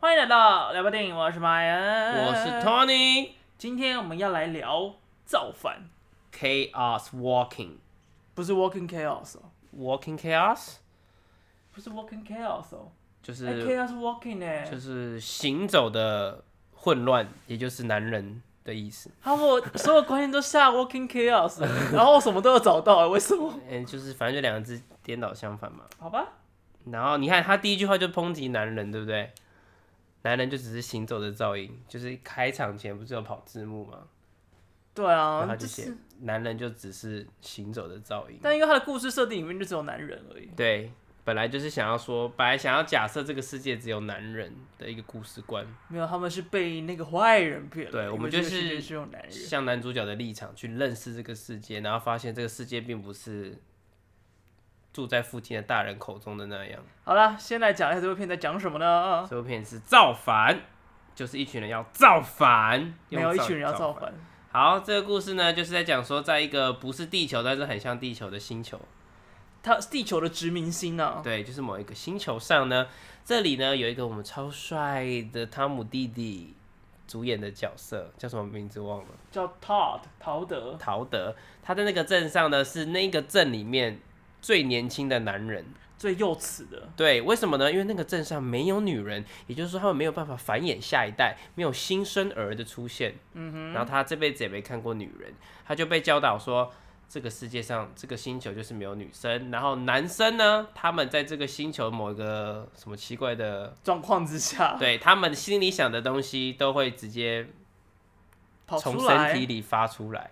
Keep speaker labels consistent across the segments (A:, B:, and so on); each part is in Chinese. A: 来到聊吧电影，我是马恩，
B: 我是 Tony
A: 今天我们要来聊造反，
B: Chaos Walking
A: 不是 Walking Chaos，、哦、
B: Walking Chaos
A: 不是 Walking Chaos，、哦、
B: 就
A: 哎
B: 是
A: Chaos Walking 哎、
B: 就是行走的混乱，也就是男人的意思。
A: 他我所有关键都下 Walking Chaos，然哦 后我什么都有找到、哎为什么？
B: 嗯，就是反正就两个字颠倒相反嘛。
A: 好吧，
B: 然后你看他第一句话就抨击男人，对不对？男人就只是行走的噪音，就是开场前不是有跑字幕吗？
A: 对
B: 然后
A: 啊，
B: 他就
A: 就
B: 写、
A: 是，
B: 男人就只是行走的噪音。
A: 但因为他的故事设定里面就只有男人而已，
B: 对，本来就是想要说，本来想要假设这个世界只有男人的一个故事观，
A: 没有他们是被那个坏人骗了，
B: 对
A: 因为
B: 我们
A: 这
B: 就
A: 个世界
B: 是
A: 只有男人，
B: 像男主角的立场去认识这个世界，然后发现这个世界并不是住在附近的大人口中的那样。
A: 好啦，先来讲一下这部片在讲什么呢？
B: 这部片是造反，就是一群人要造反，
A: 没
B: 用
A: 有一群人要造。
B: 造
A: 反，
B: 好，这个故事呢，就是在讲说，在一个不是地球，但是很像地球的星球，
A: 他地球的殖民星啊，
B: 对，就是某一个星球上呢，这里呢有一个我们超帅的汤姆弟弟主演的角色，叫什么名字忘了。
A: 叫 Todd 陶德，
B: 陶德，他的那个镇上呢是那个镇里面最年轻的男人。
A: 最幼齿的，
B: 对，为什么呢？因为那个镇上没有女人，也就是说他们没有办法繁衍下一代，没有新生儿的出现。嗯哼。然后他这辈子也没看过女人，他就被教导说，这个世界上这个星球就是没有女生。然后男生呢，他们在这个星球某一个什么奇怪的，
A: 状况之下
B: 对他们心里想的东西都会直接
A: 跑
B: 从
A: 出
B: 身
A: 来，
B: 体里发出来。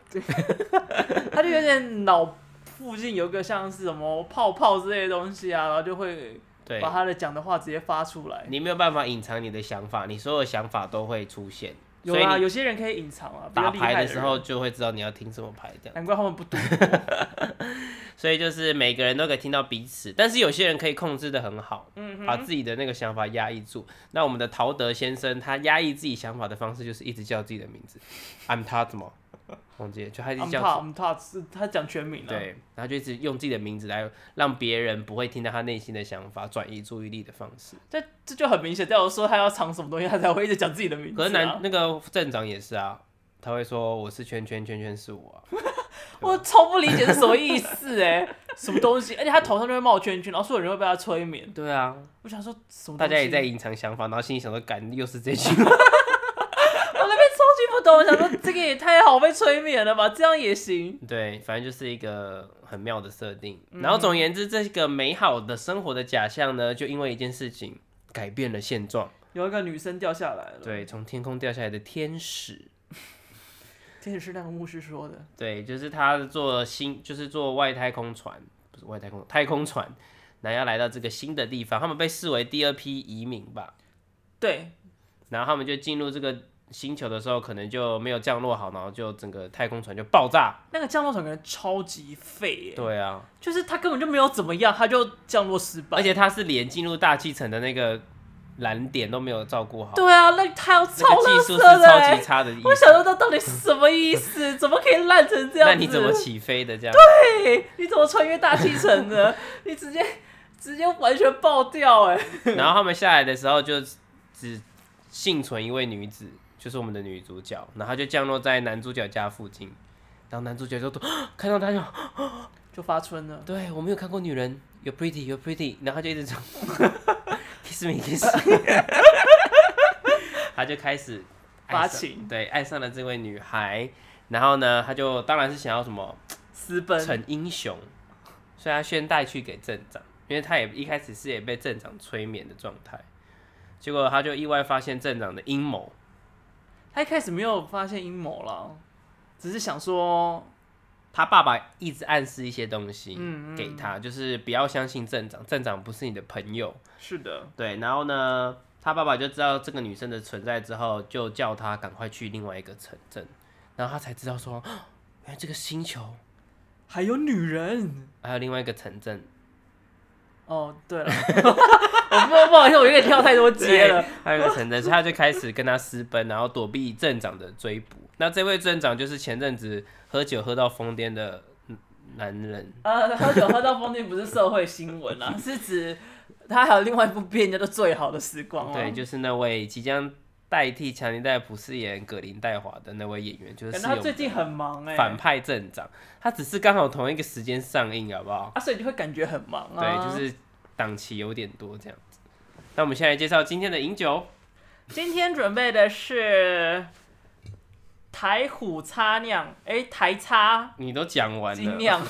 A: 他就有点脑附近有个像是什么泡泡之类的东西啊，然后就会
B: 对，
A: 把他的讲的话直接发出来。
B: 你没有办法隐藏你的想法，你所有想法都会出现，
A: 有
B: 所以
A: 啊，
B: 你
A: 有些人可以隐藏啊，比较
B: 打
A: 厉害
B: 牌
A: 的
B: 的时候，就会知道你要听什么牌这样。
A: 难怪他 们不赌。
B: 所以就是每个人都可以听到彼此，但是有些人可以控制的很好，
A: 嗯
B: 把自己的那个想法压抑住。那我们的陶德先生，他压抑自己想法的方式就是一直叫自己的名字，I'm 他怎么，忘记了就他一直
A: I'm
B: 叫
A: t o I'm t o 是他讲全名啊，
B: 对，然后就一直用自己的名字来让别人不会听到他内心的想法，转移注意力的方式。
A: 这这就很明显。在我说他要藏什么东西，他才会一直讲自己的名字、
B: 可
A: 啊。
B: 是男那个镇长也是啊，他会说我是圈圈，圈圈是我啊。
A: 我超不理解是什么意思哎、 什么东西？而且他头上就会冒圈圈，然后所有人会被他催眠。
B: 对啊，
A: 我想说什么东西？
B: 大家也在隐藏想法，然后心里想说，干又 是这句，
A: 我那边超级不懂，我想说这个也太好被催眠了吧，这样也行。
B: 对，反正就是一个很妙的设定。
A: 嗯
B: 然后总而言之，这个美好的生活的假象呢，就因为一件事情改变了现状。
A: 有一个女生掉下来了，
B: 对，从天空掉下来的天使，
A: 这也是那个牧师说的。
B: 对，就是他坐新，就是坐外太空船，不是外太空，太空船，然后要来到这个新的地方，他们被视为第二批移民吧。
A: 对，
B: 然后他们就进入这个星球的时候，可能就没有降落好，然后就整个太空船就爆炸。
A: 那个降落伞感觉超级废耶，
B: 对啊，
A: 就是他根本就没有怎么样，他就降落失败。
B: 而且它是连进入大气层的那个蓝点都没有照顾好，
A: 对啊，那他要超
B: 那个
A: 垃
B: 技
A: 圾
B: 术是超
A: 的欸
B: 级
A: 耶。
B: 差的意
A: 我
B: 思。
A: 想说他到底是什么意思？ 怎么可以烂成这样
B: 那
A: 子？
B: 你怎么起飞的这样？
A: 对？你怎么穿越大气层的？ 你直接直接完全爆掉哎！
B: 然后他们下来的时候就只幸存一位女子，就是我们的女主角，然后她就降落在男主角家附近。然后男主角就看到她就，
A: 就发春了，
B: 对我没有看过女人，You're pretty, You're pretty，然后他就一直 kiss me, kiss me，他就开始爱上
A: 发情
B: 对，爱上了这位女孩。然后呢，他就当然是想要什么
A: 私奔。
B: 逞英雄，所以他先带去给镇长，因为他也一开始是也被镇长催眠的状态，结果他就意外发现镇长的阴谋，
A: 他一开始没有发现阴谋了，只是想说，
B: 他爸爸一直暗示一些东西
A: 嗯嗯
B: 给他，就是不要相信镇长，镇长不是你的朋友。
A: 是的，
B: 对，然后呢，他爸爸就知道这个女生的存在之后，就叫他赶快去另外一个城镇，然后他才知道说， 啊原来这个星球
A: 还有女人。
B: 还有另外一个城镇。
A: 哦，对了， 我不 不好意思，我有点跳太多节了。，
B: 还有一个城镇，所以他就开始跟他私奔，然后躲避镇长的追捕。那这位镇长就是前阵子喝酒喝到疯癫的男人，
A: 啊呃，喝酒喝到疯癫不是社会新闻啦，是指他还有另外一部片叫做《最好的时光》啊，
B: 对，就是那位即将代替强尼戴普饰演葛林戴华的那位演员，就
A: 感
B: 是
A: 觉哎他
B: 有
A: 最近很忙哎、
B: 反派镇长，他只是刚好同一个时间上映，好不好？
A: 啊，所以就会感觉很忙
B: 对，
A: 啊。
B: 就是是档期有点多这样子。那我们现在介绍今天的饮酒，
A: 今天准备的是台虎擦酿，哎、台擦
B: 你都讲完
A: 精
B: 了，
A: 酿，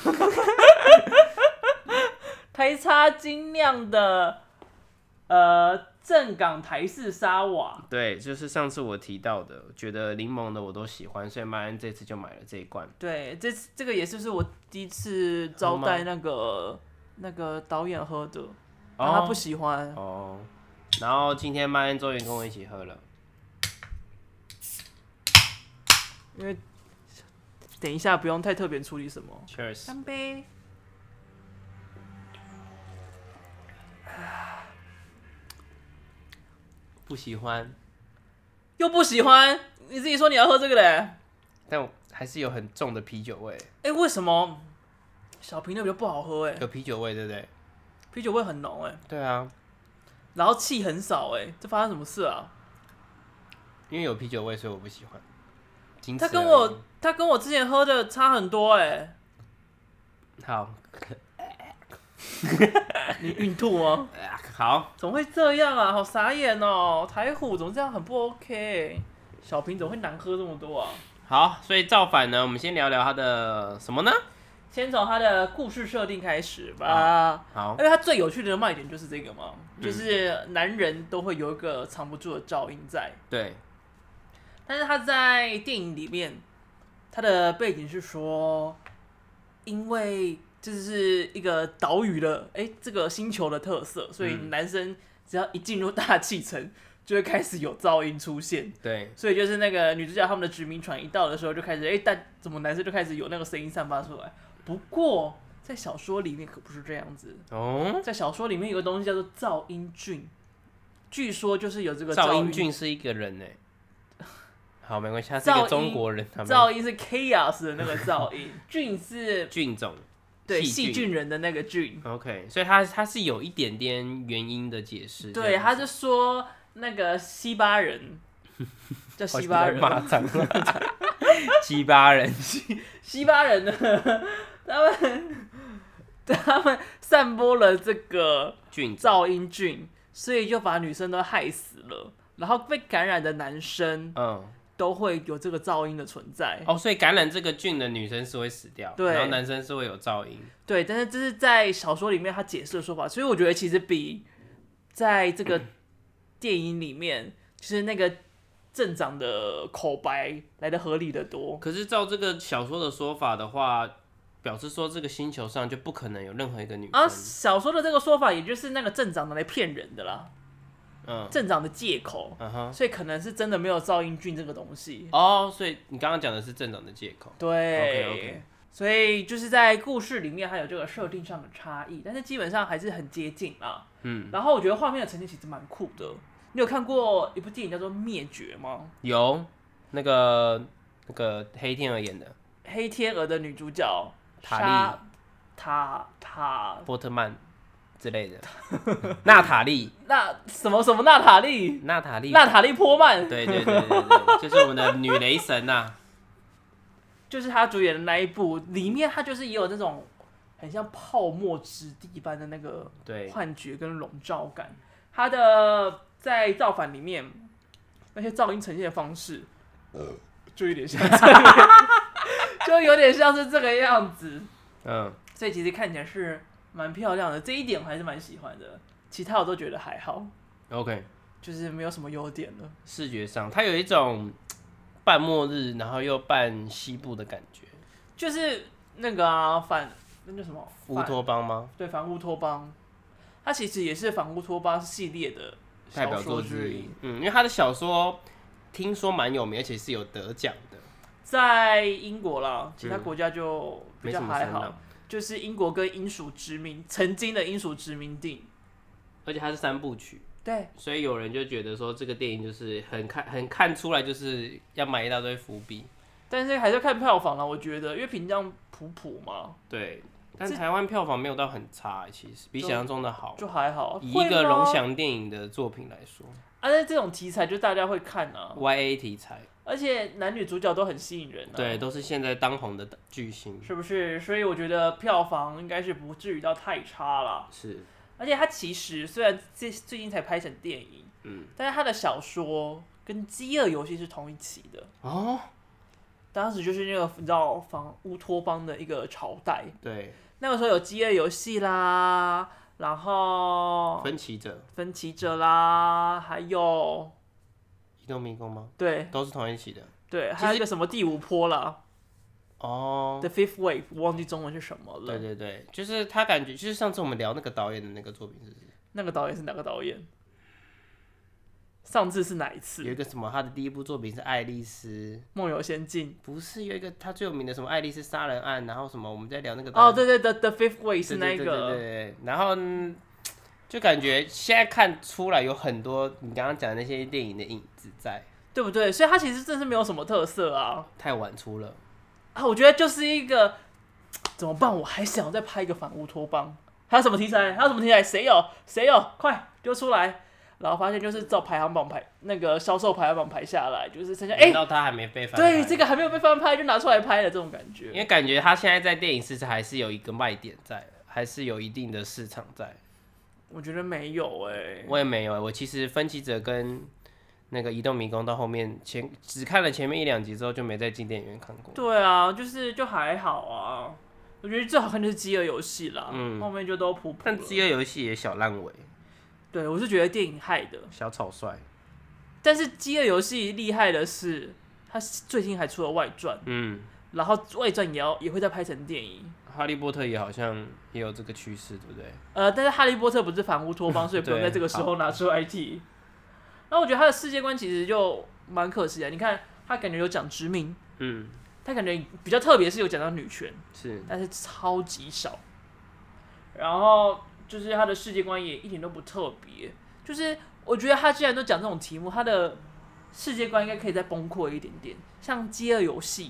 A: 台差精酿的呃正港台式沙瓦，
B: 对，就是上次我提到的，觉得柠檬的我都喜欢，所以麦恩这次就买了这一罐。
A: 对，这次这个也是是我第一次招待那个那个导演喝的，但啊他不
B: 哦
A: 喜欢，
B: 哦，然后今天麦恩终于跟我一起喝了，
A: 因为等一下不用太特别处理什么。
B: ，Cheers！
A: 干杯！
B: 不喜欢，
A: 又不喜欢，你自己说你要喝这个嘞？哎、
B: 但我还是有很重的啤酒 味，
A: 为什么小瓶的比较不好喝？哎，
B: 有啤酒味，对不对？
A: 啤酒味很浓哎，
B: 对啊，
A: 然后气很少哎，这发生什么事啊？
B: 因为有啤酒味，所以我不喜欢。仅
A: 他
B: 此
A: 跟
B: 而
A: 我
B: 已
A: 他跟我之前喝的差很多哎、
B: 好
A: 你孕吐吗？
B: 啊好，
A: 怎么会这样啊？好傻眼哦！台虎怎么这样很不 OK？小瓶怎么会难喝这么多啊？
B: 好，所以造反呢，我们先聊聊他的什么呢？
A: 先从它的故事设定开始吧，
B: 好
A: 因，为它最有趣的卖点就是这个嘛，就是男人都会有一个藏不住的噪音在，
B: 对，
A: 但是他在电影里面，他的背景是说，因为这是一个岛屿的，哎、这个星球的特色，所以
B: 嗯
A: 男生只要一进入大气层，就会开始有噪音出现。
B: 对，
A: 所以就是那个女主角他们的殖民船一到的时候，就开始，哎、但怎么男生就开始有那个声音散发出来？不过在小说里面可不是这样子，
B: 哦，
A: 在小说里面有个东西叫做噪音菌，据说就是有这个
B: 赵英
A: 音
B: 俊是一个 人呢。好，没关系，他是一个
A: 赵英
B: 中国人，他们
A: 噪音是 chaos 的那个噪 音，菌是
B: 俊总，
A: 对
B: 细
A: 细菌人的那个菌。
B: OK，所以他他是有一点点原因的解释。这
A: 对，
B: 样
A: 他就说那个西巴 人叫西巴人，
B: 骂脏话，西巴人，
A: 西巴人呢， 他们 他们散播了这个
B: 俊总，
A: 噪音菌，所以就把女生都害死了。然后被感染的男生
B: 嗯，
A: 都会有这个噪音的存在，
B: 哦，所以感染这个菌的女生是会死掉，
A: 对
B: 然后男生是会有噪音，
A: 对，但是这是在小说里面他解释的说法，所以我觉得其实比在这个电影里面，就是那个镇长的口白来的合理的多。
B: 可是照这个小说的说法的话，表示说这个星球上就不可能有任何一个女生。
A: 啊，小说的这个说法，也就是那个镇长拿来骗人的啦，
B: 嗯
A: 镇长的借口，
B: 嗯哼。
A: 所以可能是真的没有噪音菌这个东西。
B: 哦，所以你刚刚讲的是镇长的借口。
A: 对
B: OK，OK
A: 所以就是在故事里面还有这个设定上的差异，但是基本上还是很接近啊。
B: 嗯，
A: 然后我觉得画面的呈现其实蛮酷的。你有看过一部电影叫做《灭绝》吗？
B: 有那个那个黑天鹅演的
A: 黑天鹅的女主角
B: 塔
A: 莎塔塔
B: 波特曼之类 的，娜塔莉，
A: 那什么什么娜塔莉，
B: 娜塔 莉，
A: 娜塔莉波曼，
B: 对对对对对，就是我们的女雷神呐、
A: 就是她主演的那一部，里面她就是也有那种很像泡沫质地般的那个
B: 对，
A: 幻觉跟笼罩感。她的在造反里面那些噪音呈现的方式，就有点像 这个，就有点像是这个样子。
B: 嗯，
A: 所以其实看起来是蛮漂亮的，这一点我还是蛮喜欢的。其他我都觉得还好，
B: OK，
A: 就是没有什么优点了。
B: 视觉上它有一种半末日，然后又半西部的感觉。
A: 就是那个啊，反那叫什么？
B: 乌
A: 反
B: 托邦吗？
A: 对反乌托邦，它其实也是反乌托邦系列的
B: 代
A: 小
B: 表
A: 说
B: 作
A: 之
B: 之
A: 一
B: 一。。嗯，因为他的小说听说蛮有名，而且是有得奖的，
A: 在英国啦，其他
B: 嗯
A: 国家就比
B: 没
A: 较
B: 什么
A: 还
B: 声
A: 好
B: 浪。。
A: 就是英国跟英属殖民，曾经的英属殖民地。
B: 而且它是三部曲，
A: 对，
B: 所以有人就觉得说这个电影就是很看很看出来，就是要埋一大堆伏笔。
A: 但是还是要看票房啦，我觉得，因为评价普普嘛。
B: 对，但台湾票房没有到很差欸、其实比
A: 就
B: 想象中的好。
A: 就还好。
B: 以
A: 哦会
B: 一个
A: 吗
B: 龙翔电影的作品来说
A: 啊，那这种题材就大家会看啊，
B: ，Y A 题材，
A: 而且男女主角都很吸引人、啊。
B: 对，，都是现在当红的巨星。
A: 是不是？所以我觉得票房应该是不至于到太差啦。
B: 是，
A: 而且它其实虽然最最近才拍成电影，
B: 嗯，
A: 但是它的小说跟《饥饿游戏》是同一期的。
B: 哦，
A: 当时就是那个你知道防乌托邦的一个朝代，
B: 对，
A: 那个时候有《饥饿游戏》啦，然后《
B: 分歧者、
A: 分歧者》啦，还有
B: 移动迷宫吗？
A: 对
B: 都是同一期的。
A: 对，还有一个什么第五波啦
B: 哦，
A: ，The Fifth Wave，我忘记中文是什么了。
B: 对对对，就是他感觉，就是上次我们聊那个导演的那个作品，是不是
A: 那个导演是哪个导演？上次是哪一
B: 有
A: 次？
B: 一个什么？他的第一部作品是《爱丽丝》，
A: 梦游仙境。
B: 不是有一个他最有名的什么《爱丽丝杀人案》，然后什么我们在聊那个导
A: 哦，
B: 演
A: 对对对，The Fifth Wave
B: 对
A: 是那
B: 对对对
A: 个。
B: 对对然后嗯就感觉现在看出来有很多你刚刚讲的那些电影的影子在，
A: 对不对？所以它其实真是没有什么特色啊
B: 太晚出了。
A: 啊！我觉得就是一个怎么办？我还想再拍一个反乌托邦，还有什么题材？还有什么题材？谁有？谁有？快丢出来！然后发现就是照排行榜排那个销售排行榜排下来，就是剩下哎
B: 等，到他还没被翻拍，
A: 对这个还没有被翻拍就拿出来拍的这种感觉
B: 因。为感觉他现在在电影市场还是有一个卖点在，还是有一定的市场在。
A: 我觉得没有哎、
B: 我也没有欸，我其实《分歧者》跟那个《移动迷宫》到后面前只看了前面一两集之后就没再进电影院看过。
A: 对啊，就是就还好啊。我觉得最好看就是《饥饿游戏》啦，
B: 嗯
A: 后面就都普普
B: 但
A: 了。
B: 《饥饿游戏》也小烂尾，
A: 对，我是觉得电影害的。
B: 小草率。
A: 但是《饥饿游戏》厉害的是，它最近还出了外传，
B: 嗯，
A: 然后外传也要也会再拍成电影。
B: 《哈利波特》也好像也有这个趋势，对不对？
A: 呃，但是《哈利波特》不是反乌托邦，所以不用
B: 对
A: 在这个时候拿出来提。那我觉得他的世界观其实就蛮可惜的。你看，他感觉有讲殖民，
B: 嗯，
A: 他感觉比较特别是有讲到女权，
B: 是
A: 但是超级少。然后就是他的世界观也一点都不特别，就是我觉得他既然都讲这种题目，他的世界观应该可以再崩溃一点点。像《饥饿游戏》，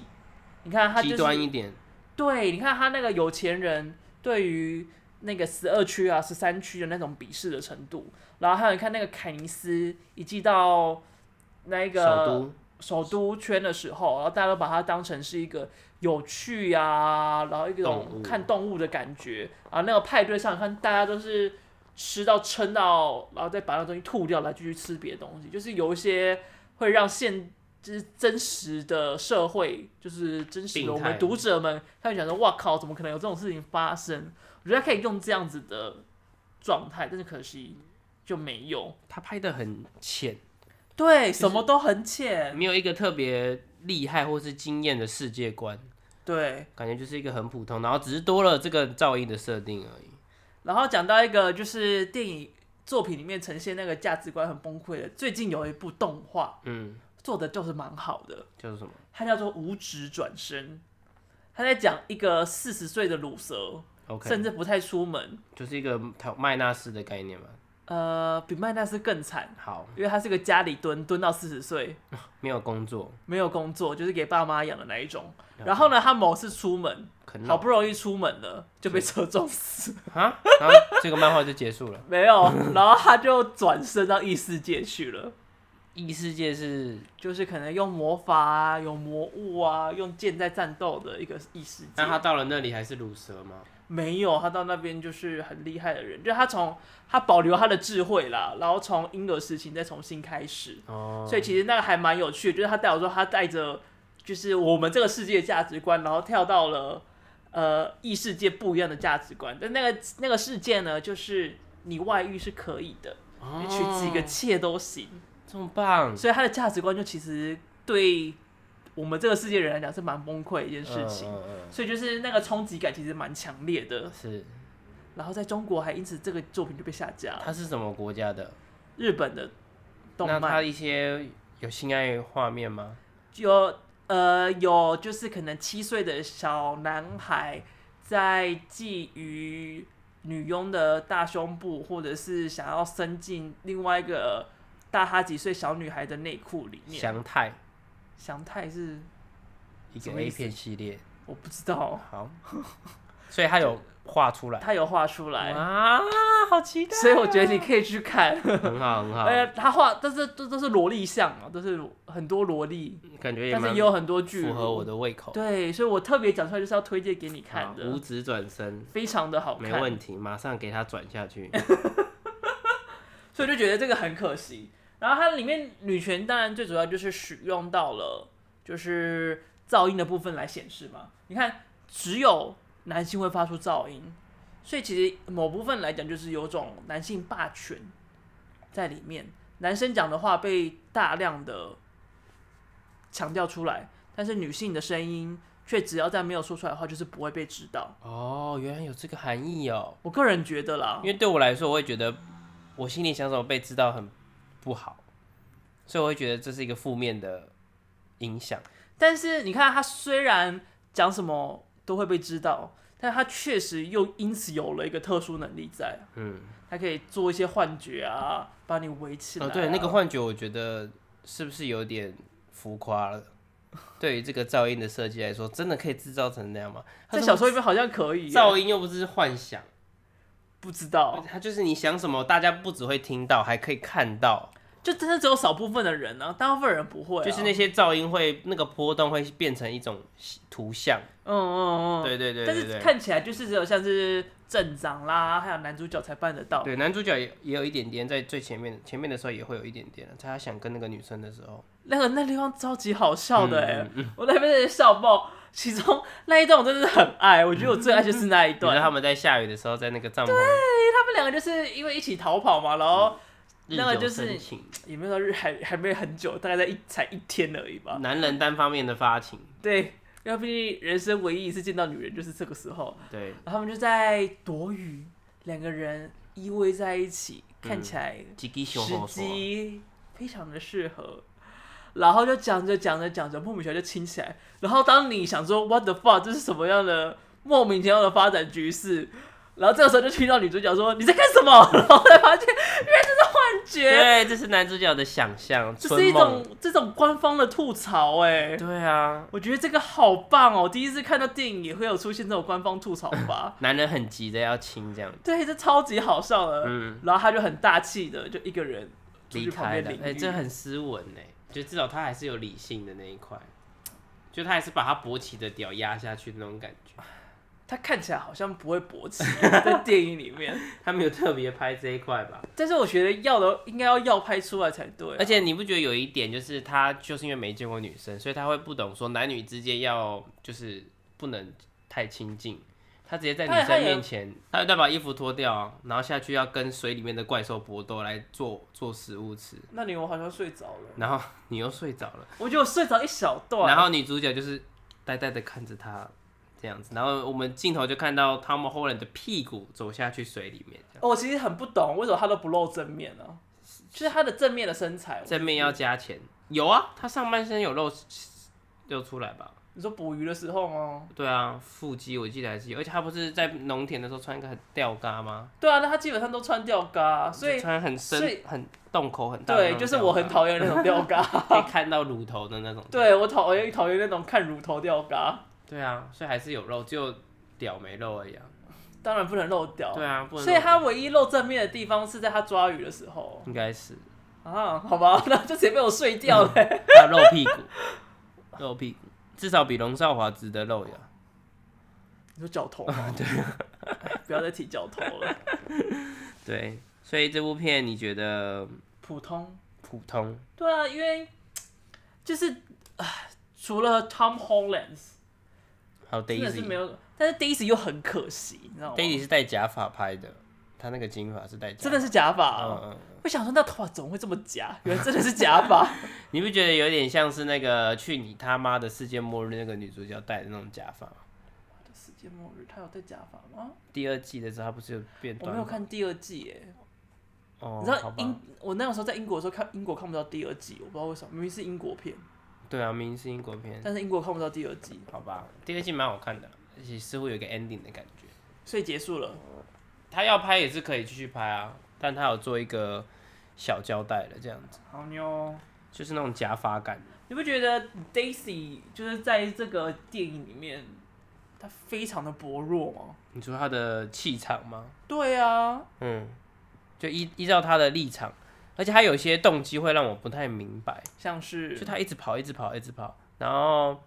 A: 你看他
B: 极
A: 就
B: 端
A: 是
B: 一点。
A: 对，你看他那个有钱人对于那个十二区啊、十三区的那种鄙视的程度，然后还有你看那个凯尼斯一寄到那个
B: 首都
A: 首都圈的时候，然后大家都把它当成是一个有趣啊，然后一
B: 动
A: 种
B: 物
A: 看动物的感觉啊。那个派对上，看大家都是吃到撑到，然后再把那东西吐掉，来继续吃别的东西，就是有一些会让现就是真实的社会，就是真实
B: 病
A: 的我们
B: 态
A: 读者们，他们想说，哇靠，怎么可能有这种事情发生？我觉得他可以用这样子的状态，但是可惜就没有。
B: 他拍的很浅，
A: 对，什么都很浅。
B: 没有一个特别厉害或是惊艳的世界观，
A: 对，
B: 感觉就是一个很普通，然后只是多了这个噪音的设定而已。
A: 然后讲到一个就是电影作品里面呈现那个价值观很崩溃的，最近有一部动画
B: 嗯，
A: 做的就是蛮好的，
B: 就是什么？
A: 它叫做《无职转身》，它在讲一个四十岁的鲁蛇
B: OK
A: 甚至不太出门，
B: 就是一个麦纳斯的概念嘛。
A: 呃，比麦纳斯更惨，
B: 好，
A: 因为他是个家里蹲蹲到四十岁，
B: 没有工作，
A: 没有工作，就是给爸妈养的那一种。然后呢，他某次出门，
B: 啃老
A: 好不容易出门了，就被车撞死。
B: 啊，然后这个漫画就结束了。
A: 没有，然后他就转身到异世界去了。
B: 异世界是
A: 就是可能用魔法啊、有魔物啊、用剑在战斗的一个异世界
B: 那。他到了那里还是乳蛇吗？
A: 没有，他到那边就是很厉害的人，就是他从他保留他的智慧啦，然后从婴儿时期再重新开始。
B: 哦，
A: 所以其实那个还蛮有趣的，就是他带我说他带着就是我们这个世界的价值观，然后跳到了呃异世界不一样的价值观。但那个那个世界呢，就是你外遇是可以的，你娶几个
B: 哦
A: 妾都行。
B: 这么棒，
A: 所以他的价值观就其实对我们这个世界人来讲是蛮崩溃的一件事情，
B: 嗯嗯
A: 所以就是那个冲击感其实蛮强烈的
B: 嗯。是，
A: 然后在中国还因此这个作品就被下架了，
B: 他是什么国家的？
A: 日本的动
B: 那他
A: 漫
B: 一些有性爱画面吗？
A: 有呃有就是可能七岁的小男孩在觊觎女佣的大胸部，或者是想要伸进另外一个大他几岁小女孩的内裤里面。
B: 祥太
A: 祥太是
B: 一
A: 什
B: 个
A: 么意
B: A
A: 思
B: 片系列。
A: 我不知道。
B: 好， 所以他有画出来
A: 他有画出来，
B: 啊， 好期待！
A: 所以我觉得你可以去 看。
B: 很好很好，
A: 呃，他画，但是这都是萝莉像嘛，都是呃很多萝莉，
B: 感觉也
A: 但是
B: 蛮
A: 也有很多剧
B: 符合我的胃口。
A: 对，所以我特别讲出来就是要推荐给你
B: 好
A: 看
B: 五
A: 的，
B: 指转身
A: 非常的好
B: 没
A: 看。
B: 问题，马上给他转下 去。
A: 所以我就觉得这个很可惜。然后它里面女权当然最主要就是使用到了就是噪音的部分来显示嘛。你看，只有男性会发出噪音，所以其实某部分来讲就是有种男性霸权在里面。男生讲的话被大量的强调出来，但是女性的声音却只要在没有说出来的话，就是不会被知道。
B: 哦，原来有这个含义哦。
A: 我个人觉得啦
B: 因，为对我来说，我会觉得我心里想什么被知道很不好，所以我会觉得这是一个负面的影响。
A: 但是你看，他虽然讲什么都会被知道，但他确实又因此有了一个特殊能力在，
B: 嗯，
A: 他可以做一些幻觉啊，把你围起来、
B: 哦，对，那个，幻觉，我觉得是不是有点浮夸 了？对于这个噪音的设计来说，真的可以制造成那样吗？
A: 在
B: 它
A: 小说里面好像可以耶，
B: 噪音又不是幻想，
A: 不知道，
B: 它就是你想什么，大家不只会听到，还可以看到。
A: 就真的只有少部分的人呢、啊，大部分人不会啊、
B: 就是那些噪音会那个波动会变成一种图像。
A: 嗯嗯嗯，
B: 对对对
A: 但
B: 对
A: 是
B: 对。
A: 看起来就是只有像是镇长啦，还有男主角才办得到。
B: 对，男主角也也有一点点在最前面，前面的时候也会有一点点，在他想跟那个女生的时候，
A: 那个那地方超级好笑的哎、
B: 嗯
A: 我那边在笑爆。其中那一段我真的是很爱，我觉得我最爱就是那一
B: 你知
A: 段
B: 道。他们在下雨的时候，在那个帐篷
A: 他们两个就是因为一起逃跑嘛，然后
B: 日
A: 那个
B: 久
A: 就是
B: 生情
A: 也没有到日还还没有很久，大概在一才一天而已吧。
B: 男人单方面的发情，
A: 对，因为毕竟人生唯一一次见到女人就是这个时候，
B: 对，
A: 然后他们就在躲雨，两个人依偎在一起，看起来
B: 几滴熊
A: 时
B: 好说，
A: 机非常的适合。然后就讲着讲着讲着，莫名其妙就亲起来。然后当你想说 “What the fuck”，这是什么样的莫名其妙的发展局势？然后这个时候就听到女主角说：“你在干什么？”然后才发现原来这是幻觉。
B: 对，这是男主角的想象，
A: 这是一
B: 春梦，
A: 种这种官方的吐槽哎、
B: 对啊，
A: 我觉得这个好棒哦！第一次看到电影也会有出现这种官方吐槽 吧？
B: 男人很急着要亲这样，
A: 对，这超级好笑的。
B: 嗯，
A: 然后他就很大气的，就一个人出
B: 离
A: 去旁
B: 开
A: 边
B: 了
A: 淋，
B: 哎，
A: 雨
B: 这很斯文哎，就至少他还是有理性的那一块，就他还是把他勃起的屌压下去的那种感觉，
A: 他看起来好像不会勃起，在电影里面。
B: 他没有特别拍这一块吧？
A: 但是我觉得要的应该要要拍出来才对啊、
B: 而且你不觉得有一点就是他就是因为没见过女生，所以他会不懂说男女之间要就是不能太亲近。他直接在
A: 他也
B: 女
A: 他
B: 生
A: 也
B: 面前，他就再把衣服脱掉啊，然后下去要跟水里面的怪兽搏斗来做做食物吃，
A: 那里我好像睡着了，
B: 然后你又睡着了，
A: 我觉得我睡着一小段。
B: 然后女主角就是呆呆的看着他这样子，然后我们镜头就看到汤姆·霍兰的屁股走下去水里面，
A: 哦我其实很不懂为什么他都不露正面呢、啊，就是他的正面的身材。
B: 正面要加钱，有啊，他上半身有露露出来吧？
A: 你说捕鱼的时候吗？
B: 对啊，腹肌我记得还是有，而且他不是在农田的时候穿一个很吊嘎吗？
A: 对啊，那他基本上都穿吊嘎啊，所
B: 就
A: 以
B: 穿很
A: 所
B: 深、很洞口很大的那
A: 对，
B: 种吊嘎。
A: 就是我很讨厌那 种吊嘎，
B: 可以看到乳头的那种。
A: 对我讨厌讨厌那种看乳头吊嘎，
B: 对啊，所以还是有肉，只有屌没肉而已啊。
A: 当然不能露屌。
B: 对啊，不能。
A: 所以他唯一露正面的地方是在他抓鱼的时候
B: 应该是
A: 啊，好吧， 那就直接被我睡掉
B: 嗯
A: 了。
B: 他露屁股，露屁股，至少比龙少华值得露呀。
A: 你说脚头吗？ 对，哎不要再提脚头了，
B: 对，所以这部片你觉得
A: 普通。
B: 普通？
A: 对啊，因为就是唉除了 Tom Holland
B: 好
A: 真的是没
B: ，Daisy，Daisy
A: 有，但是 Daisy 又很可惜，你知道吗？
B: 是戴假发拍的，他那个金发是戴假发。
A: 真的是假发啊、
B: 嗯嗯嗯。
A: 我想说那头发怎么会这么假？原来真的是 假发。
B: 你不觉得有点像是那个去你他妈的世界末日那个女主角戴的那种假发吗？
A: 世界末日，他有戴假发吗？
B: 第二季的时候，她不是有变
A: 我
B: 短？
A: 没有。看第二季耶，
B: 哦，
A: 你知道
B: 好吧
A: 英，我那个时候在英国的时候看英国看不到第二季，我不知道为什么，明明是英国片，
B: 对啊，明明是英国片，
A: 但是英国看不到第二季，
B: 好吧，第二季蛮好看的，而且似乎有一个 ending 的感觉。
A: 所以结束了。
B: 哦他要拍也是可以继续拍啊，但他有做一个小交代的这样子，
A: 好
B: 哦
A: 妞，
B: 就是那种假发感。
A: 你不觉得 Daisy 就是在这个电影里面他非常的薄弱嘛。
B: 你说他的气场吗？
A: 对啊，
B: 嗯，就依依照他的立场，而且他有些动机会让我不太明白，
A: 像是
B: 就他一直跑，一直跑，一直跑，然后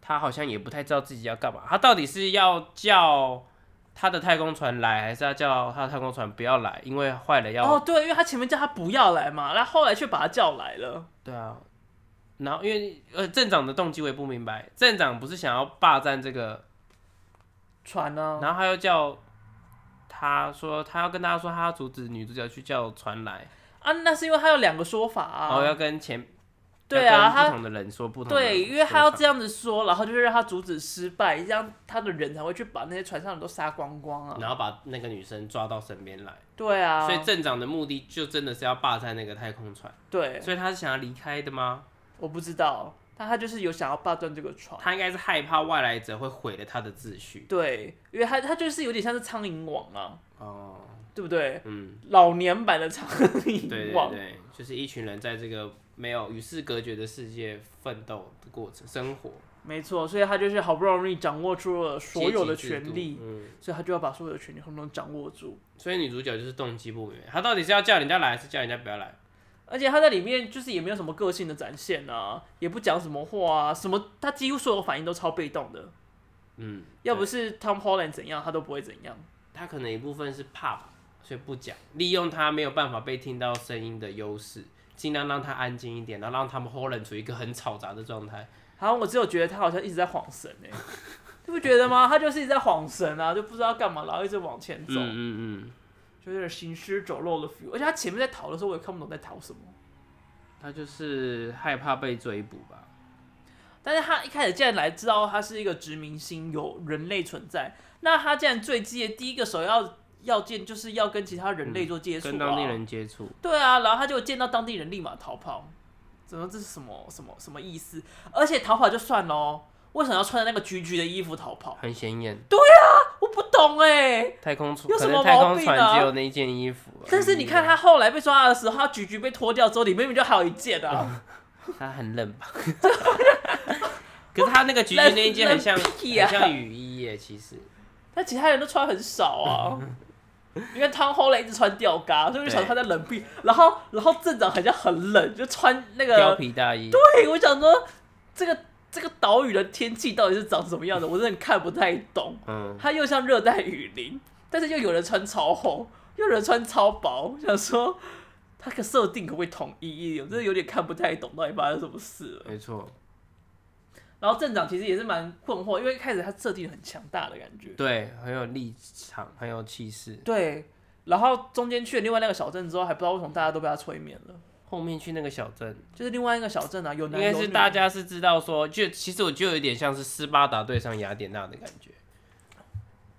B: 他好像也不太知道自己要干嘛，他到底是要叫他的太空船来，还是要叫他的太空船不要来，因为坏了要、
A: 哦，对，因为他前面叫他不要来嘛，然后后来却把他叫来了。
B: 对啊，然后因为呃镇长的动机我也不明白，镇长不是想要霸占这个，
A: 船呢、
B: 然后他又叫他说他要跟大家说他要阻止女主角去叫船来，
A: 啊？那是因为他有两个说法啊。
B: 然后要跟前
A: 对啊
B: 要跟
A: 他
B: 不同的人说不同的
A: 对，因为他要
B: 说法
A: 这样子说，然后就是让他阻止失败，这样他的人才会去把那些船上的都杀光光啊。
B: 然后把那个女生抓到身边来，
A: 对啊，
B: 所以镇长的目的就真的是要霸占那个太空船，
A: 对，
B: 所以他是想要离开的吗？
A: 我不知道，但他就是有想要霸占这个船。
B: 他应该是害怕外来者会毁了他的秩序。
A: 对，因为他他就是有点像是苍蝇王啊，
B: 哦，
A: 对不对？
B: 嗯，
A: 老年版的苍
B: 对
A: 蝇
B: 对
A: 王，
B: 对，就是一群人在这个没有与世隔绝的世界奋斗的过程生活，
A: 没错。所以他就是好不容易掌握住了所有的
B: 阶级制度
A: 权利，
B: 嗯，
A: 所以他就要把所有的权利统统掌握住。
B: 所以女主角就是动机不明，她到底是要叫人家来，还是叫人家不要来？嗯
A: 而且他在里面就是也没有什么个性的展现啊，也不讲什么话啊，什么他几乎所有反应都超被动的。
B: 嗯，
A: 要不是 Tom Holland 怎样，他都不会怎样。
B: 她可能一部分是怕吧，所以不讲，利用她没有办法被听到声音的优势，尽量让她安静一点，然后让他们 h o l a n 处于一个很嘈杂的状态。
A: 好像我只有觉得他好像一直在晃神哎、 你不觉得吗？他就是一直在晃神啊，就不知道干嘛，然后一直往前走，
B: 嗯嗯嗯，
A: 就有点行尸走肉的 feel。而且他前面在逃的时候，我也看不懂在逃什么。
B: 她就是害怕被追捕吧？
A: 但是他一开始竟然来知道他是一个殖民星，有人类存在，那他竟然最基的第一个首要要件就是要跟其他人类做接触、啊
B: 嗯跟当地人接触，
A: 对啊，然后他就见到当地人，立马逃跑。怎么这是什么什么什么意思？而且逃跑就算喽，为什么要穿着那个橘橘的衣服逃跑？
B: 很显眼。
A: 我不懂哎、
B: 太空船
A: 有
B: 可
A: 什
B: 能
A: 么
B: 太
A: 毛
B: 空
A: 病啊
B: 船只有那件衣服而已，
A: 但是你看他后来被抓的时候，他橘橘被脱掉之后，里面明明就还有一件啊，
B: 他很冷 吧？可是他那个橘橘那一件很像，
A: 冷冷屁啊
B: 很像雨衣耶，其实。
A: 但其他人都穿很少啊。因为汤后来一直穿吊嘎，所以我就想他在冷冰，然后然后镇长好像很冷，就穿那
B: 貂
A: 个。
B: 皮大衣，
A: 对，我想说这个这个岛屿的天气到底是长什么样的，我真的看不太懂。
B: 嗯，
A: 它又像热带雨林，但是又有人穿超厚，又有人穿超薄，我想说它的设定可不可以统一一点？我真的有点看不太懂到底发生什么事了。
B: 没错，
A: 然后镇长其实也是蛮困惑，因为一开始他设定很强大的感觉，
B: 对，很有立场，很有气势。
A: 对。然后中间去了另外那个小镇之后，还不知道为什么大家都被他催眠了。
B: 后面去那个小镇，
A: 就是另外一个小镇啊，有
B: 应
A: 男
B: 该
A: 有
B: 是
A: 女
B: 大家是知道说，就其实我就有点像是斯巴达对上雅典娜的感觉，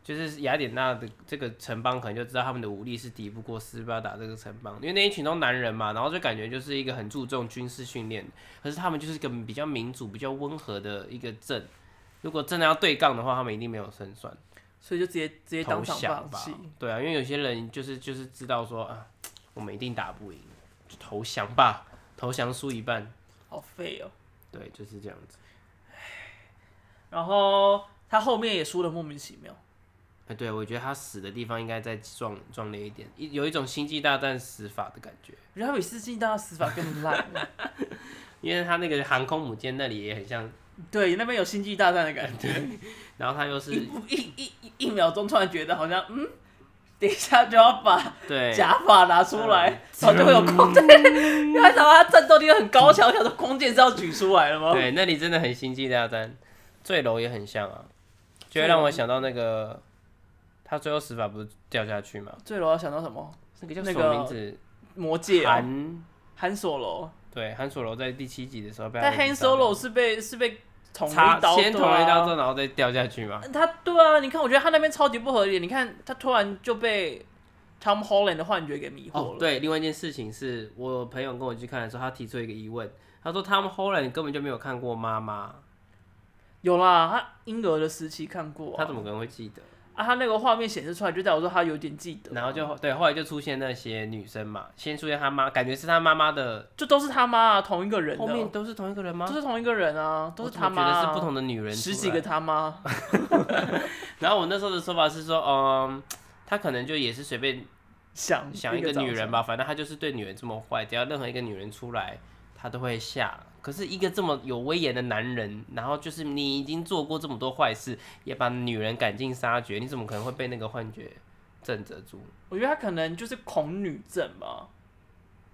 B: 就是雅典娜的这个城邦可能就知道他们的武力是敌不过斯巴达这个城邦，因为那一群都男人嘛，然后就感觉就是一个很注重军事训练，可是他们就是一个比较民主、比较温和的一个镇。如果真的要对杠的话，他们一定没有胜算，
A: 所以就直接直接
B: 投
A: 当场
B: 降
A: 放
B: 吧
A: 弃。？
B: 对啊，因为有些人就是就是知道说啊，我们一定打不赢，就投降吧，投降输一半，
A: 好废哦。
B: 对，就是这样子。
A: 然后他后面也输的莫名其妙。
B: 哎，对，我觉得他死的地方应该再壮壮烈一点，一有一种星际大战死法的感觉，
A: 我觉得他比四季大的死法更烂。
B: 因为他那个航空母舰那里也很像，
A: 对，那边有星际大战的感觉，
B: 然后他又
A: 一
B: 是
A: 不一一一一秒钟突然觉得好像嗯，等一下就要把
B: 对，
A: 假发拿出
B: 嗯
A: 来，然后就会有空对，因为什么他战斗力又很高强，我想说弓箭是要举出来了吗？
B: 对，那里真的很星际大战，坠楼也很像啊，就
A: 坠
B: 会让
A: 楼
B: 我想到那个他最后死法不是掉下去嘛，
A: 最罗要想到什么？
B: 那个叫
A: 那
B: 什么
A: 个
B: 名字？
A: 魔戒啊，
B: 韩
A: Han Solo，
B: 对韩索罗在第七集的时候被他
A: 但 Han
B: 儿子杀掉
A: Solo 是被是被捅了
B: 插
A: 一刀，
B: 先捅了一刀
A: 对
B: 之
A: 啊
B: 后，然后再掉下去嘛，
A: 他对啊，你看，我觉得他那边超级不合理。你看，他突然就被 Tom Holland 的幻觉给迷惑
B: 哦
A: 了，。
B: 对，另外一件事情是我朋友跟我去看的时候，他提出一个疑问，他说他们 Holland 根本就没有看过妈妈，
A: 有啦，他婴儿的时期看过、啊，
B: 他怎么可能会记得？
A: 啊，他那个画面显示出来，就代表说他有点记得，
B: 然后就对，后来就出现那些女生嘛，先出现他妈，感觉是他妈妈的，
A: 就都是他妈啊，同一个人
B: 后面
A: 的，
B: 都是同一个人吗？
A: 都是同一个人啊，都
B: 我
A: 是
B: 怎
A: 他
B: 么
A: 妈
B: 觉得是
A: 啊
B: 不，同的女人，
A: 十几个。他妈，啊
B: 然后我那时候的说法是说，嗯，他可能就也是随便
A: 想
B: 想一个女人
A: 吧，
B: 吧，反正他就是对女人这么坏，只要任何一个女人出来，他都会下。可是一个这么有威严的男人，然后就是你已经做过这么多坏事，也把女人赶尽杀绝，你怎么可能会被那个幻觉震慑住？
A: 我觉得他可能就是恐女症吧，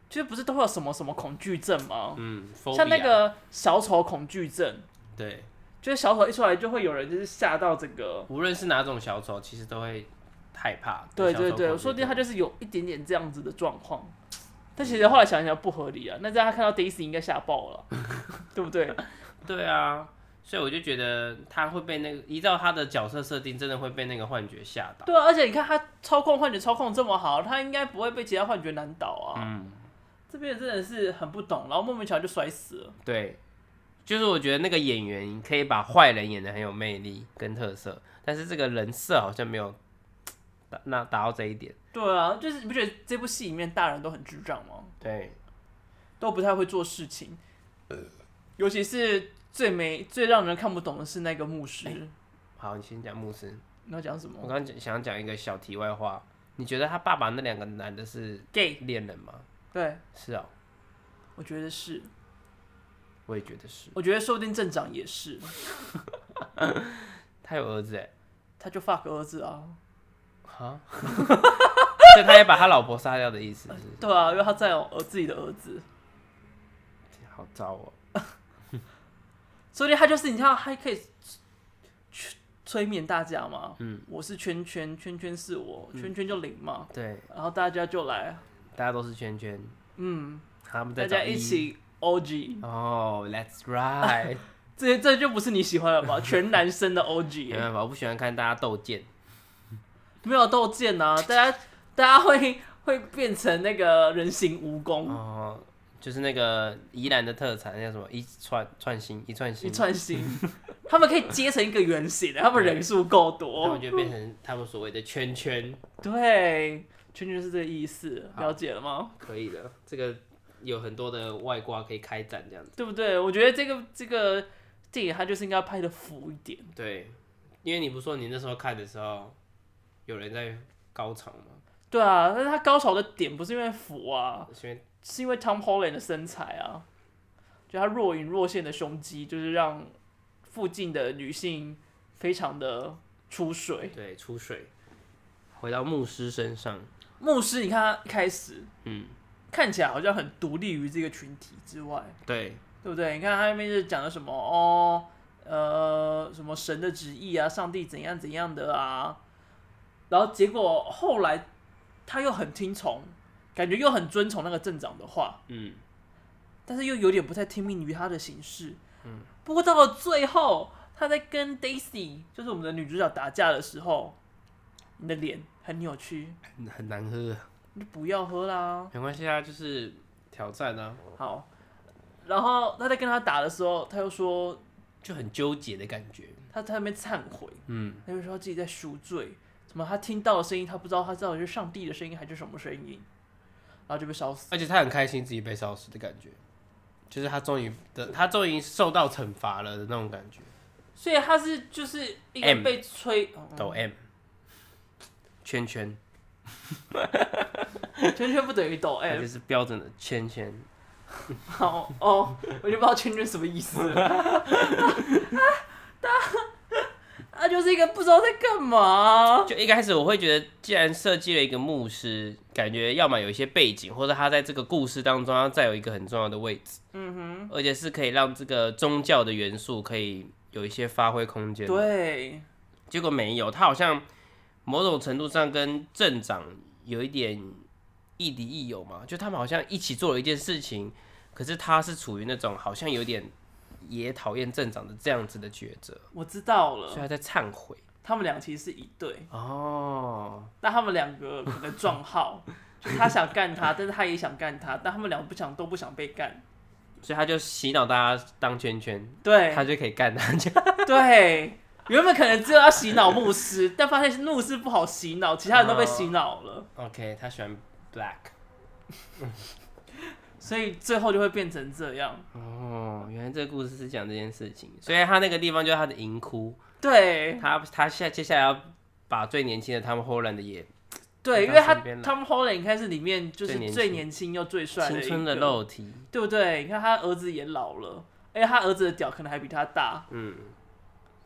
A: 就是不是都会有什么什么恐惧症吗？
B: 嗯，phobia
A: 像那个小丑恐惧症，
B: 对，
A: 就是小丑一出来就会有人就是吓到整个，
B: 无论是哪种小丑，其实都会害怕。
A: 对
B: 小丑
A: 对对，
B: 恐惧
A: 说不定
B: 症
A: 他就是有一点点这样子的状况。但其实后来想一想不合理啊，那这样他看到 Daisy 应该吓爆 了，对不对？
B: 对啊，所以我就觉得他会被那个依照他的角色设定，真的会被那个幻觉吓到。
A: 对啊，而且你看他操控幻觉操控这么好，他应该不会被其他幻觉难倒啊。
B: 嗯，
A: 这边真的是很不懂，然后莫名其妙就摔死了。
B: 对，就是我觉得那个演员可以把坏人演的很有魅力跟特色，但是这个人设好像没有达那达到这一点。
A: 对啊，就是你不觉得这部戏里面大人都很智障吗？
B: 对，
A: 都不太会做事情，尤其是最没最让人看不懂的是那个牧师。
B: 好，你先讲牧师。
A: 你要讲什
B: 我
A: 么
B: 刚刚讲想讲一个小题外话，你觉得他爸爸那两个男的是
A: ？gay？
B: 恋人吗？
A: 对，
B: 是啊、
A: 我觉得是，
B: 我也觉得是。
A: 我觉得说不定镇长也是，
B: 他有儿子哎，
A: 他就 fuck 儿子啊。
B: 哈， 所以他也把他老婆杀掉的意思是不是？
A: 对啊，因为他占有儿自己的儿子，
B: 好糟哦、
A: 所以他就是你看，他可以催催眠大家嘛。嗯，我是圈圈，圈圈是我，圈圈就零嘛，
B: 对，
A: 然后大家就来，
B: 大家都是圈圈，
A: 嗯，
B: 他们在
A: 大家
B: 找
A: 一
B: 一。
A: 起 OG，
B: 哦、t h a t s right，
A: 这这就不是你喜欢了 吧？全男生的 OG，
B: 没
A: 耶
B: 办法，我不喜欢看大家斗剑。
A: 没有斗剑呐、啊，大家大家会会变成那个人形蜈蚣，
B: 哦、就是那个宜兰的特产，那叫什么一串串心，一串
A: 一
B: 心，
A: 串心，他们可以接成一个圆形的，他们人数够
B: 他
A: 多
B: 们，就变成他们所谓的圈圈，
A: 对，圈圈是这个意思，
B: 好
A: 了解了吗？
B: 可以的。这个有很多的外挂可以开展，这样子。
A: 对不对？我觉得这个这个电影它就是应该拍的浮一点，
B: 对，因为你不说你那时候看的时候，有人在高潮吗？
A: 对啊，但是它高潮的点不是因为浮啊，
B: 是因为
A: 是因为 Tom Holland 的身材啊，就他若隐若现的胸肌，就是让附近的女性非常的出水。
B: 对出水。回到牧师身上，
A: 牧师，你看他一开始
B: 嗯，
A: 看起来好像很独立于这个群体之外，
B: 对，
A: 对不对？你看他那边就讲的什么哦，呃，什么神的旨意啊，上帝怎样怎样的啊，然后结果后来他又很听从，感觉又很遵从那个镇长的话，
B: 嗯，
A: 但是又有点不太听命于他的行事。嗯，不过到了最后，他在跟 Daisy，就是我们的女主角打架的时候，你的脸很扭曲，
B: 很很难喝。啊
A: 你就不要喝啦。
B: 没关系啊，就是挑战啊，
A: 好，然后他在跟他打的时候，他又说
B: 就很纠结的感觉。
A: 他在那边忏悔，
B: 嗯，
A: 他就说自己在赎罪，什么他听到的声音，他不知道他到底是上帝的声音还是什么声音，然后就被烧死。
B: 而且他很开心自己被烧死的感觉，就是他终于的，他终于受到惩罚了的那种感觉。
A: 所以他是就是一个
B: M
A: 被吹，嗯
B: 抖 M，圈圈，
A: 圈圈不等于抖
B: 他
A: M，
B: 就是标准的圈圈。
A: 好哦，我就不知道圈圈什么 意思了。啊他他就是一个不知道在干嘛。
B: 就一开始我会觉得，既然设计了一个牧师，感觉要么有一些背景，或者他在这个故事当中要占有一个很重要的位置。嗯哼，而且是可以让这个宗教的元素可以有一些发挥空间。
A: 对，
B: 结果没有，他好像某种程度上跟镇长有一点亦敌亦友嘛，就他们好像一起做了一件事情，可是他是处于那种好像有点也讨厌镇长的这样子的抉择，
A: 我知道
B: 所以
A: 了，
B: 他在忏悔。
A: 他们俩其实是一对，
B: 哦，
A: 但他们两个可能撞号，就他想干他，但是他也想干他，但他们两个不想都不想被干。
B: 所以他就洗脑大家当圈圈，
A: 对
B: 他就可以干他。
A: 对，原本可能只有要洗脑牧师，但发现牧师不好洗脑，其他人都
B: 哦
A: 被洗脑了，
B: OK，他喜欢 black。
A: 所以最后就会变成这样。
B: 哦，原来这个故事是讲这件事情，所以他那个地方就是他的银窟，
A: 对
B: 他他下接下来要把最年轻的他们 Holland 也
A: 对，因
B: 到
A: 为他
B: 身边来
A: Tom Holland 应该是里面就
B: 最
A: 是
B: 年轻
A: 最年轻又最帅
B: 青
A: 一
B: 春的
A: 个，
B: 肉体，
A: 对不对？你看他儿子也老了，而且他儿子的屌可能还比他大。
B: 嗯，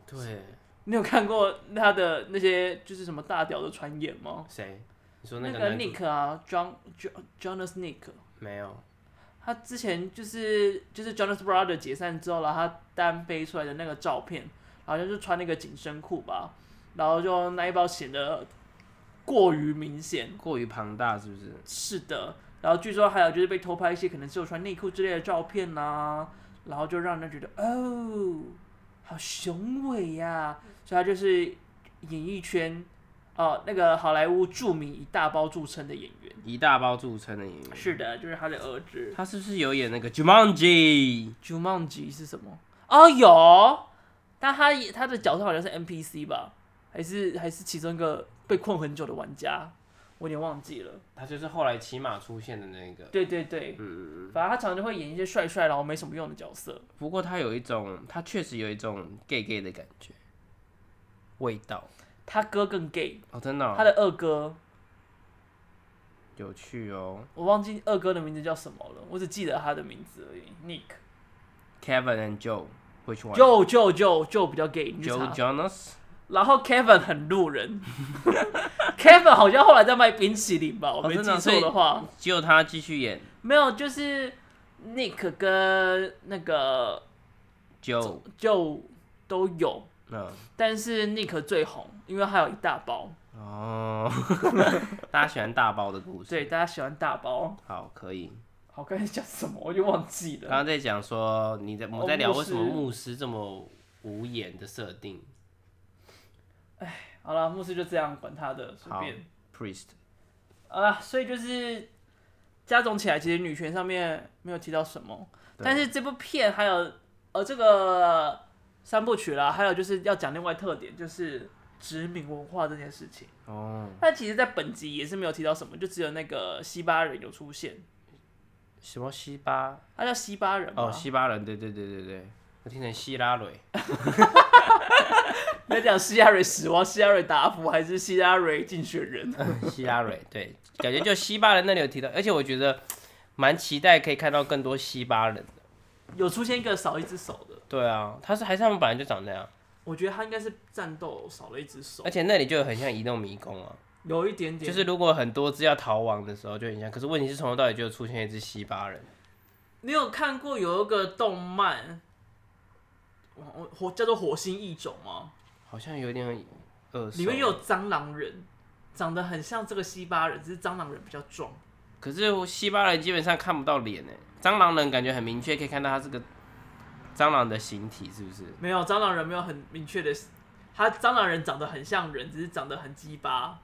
B: 对，
A: 你有看过他的那些就是什么大屌的传言吗？
B: 谁？你说
A: 那
B: 个
A: 个
B: 男主
A: Nick 啊，John John Jonas Nick，
B: 没有？
A: 他之前就是就是 Jonas Brother 解散之后，然后他单飞出来的那个照片，好像就穿那个紧身裤吧，然后就那一包显得过于明显。
B: 过于庞大是不是？
A: 是的，然后据说还有就是被偷拍一些可能只有穿内裤之类的照片啦、然后就让人觉得哦，好雄伟呀、所以他就是演艺圈哦、呃那个好莱坞著名一大包著称的演员。
B: 一大包著称的演员，
A: 是的，就是他的儿子。
B: 他是不是有演那个 Jumanji？
A: Jumanji 是什么？哦，有，但他也他的角色好像是 NPC 吧，还是还是其中一个被困很久的玩家，我有点忘记了。
B: 他就是后来骑马出现的那个。
A: 对对对，
B: 嗯，
A: 反正他常常就会演一些帅帅然后没什么用的角色。
B: 不过他有一种，他确实有一种 gay gay 的感觉，味道
A: 他哥更 gay，
B: 哦，真的哦、
A: 他的二哥，
B: 有趣哦。
A: 我忘记二哥的名字叫什么了，我只记得他的名字而已。Nick
B: Kevin and Joe which one？
A: Joe Joe Joe Joe 比较 gay，你去
B: Joe
A: 查。
B: Jonas？
A: 然后 Kevin 很路人 ，Kevin 好像后来在卖冰淇淋吧，我
B: 哦
A: 没
B: 真
A: 记
B: 的所
A: 错
B: 以
A: 的话。
B: 只有他继续演
A: 没有，就是 Nick 跟那个
B: Joe。
A: Joe 都有，
B: 嗯，
A: 但是 Nick 最红，因为他有一大包。
B: 哦， 大家喜欢大包的故事。
A: 对，，大家喜欢大包。
B: 好，可以。
A: 好，刚才讲什么我就忘记
B: 刚
A: 了。
B: 刚在讲说，你在我们在
A: 哦
B: 聊
A: 牧
B: 为什么
A: 师
B: 牧师这么无眼的设定
A: 好了，牧师就这样，管他的，随
B: 好
A: 便。
B: ，priest
A: 好了，所以就是加总起来，其实女权上面没有提到什么，
B: 对
A: 但是这部片还有呃这个三部曲啦，还有就是要讲另外特点，就是殖民文化这件事情。
B: 哦，
A: 他其实，在本集也是没有提到什么，就只有那个西巴人有出现，
B: 什么西巴
A: 他叫西巴人
B: 哦，
A: 吗？
B: 西巴人，对对对对对，我听成希拉蕊，
A: 你在讲希拉蕊死亡、希拉蕊答复，还是希拉蕊竞选人？
B: 希拉蕊，对，感觉就西巴人那里有提到，而且我觉得蛮期待可以看到更多西巴人的。
A: 有出现一个少一只手的，
B: 对啊，他是还是他们本来就长那样，
A: 我觉得他应该是战斗少了一只手
B: 而，且那里就很像移动迷宫啊，
A: 有一点点，
B: 哎就是如果很多只要逃亡的时候就很像，可是问题是从头到尾就出现一只西巴人，
A: 你有看过有一个动漫，我我火叫做《火星异种》吗？
B: 好像有点啊耳熟。
A: 里面有蟑螂人，长得很像这个西巴人，只是蟑螂人比较壮。
B: 可是西巴人基本上看不到脸诶，欸蟑螂人感觉很明确，可以看到他这个蟑螂的形体是不是？
A: 没有蟑螂人没有很明确的，他蟑螂人长得很像人，只是长得很鸡巴。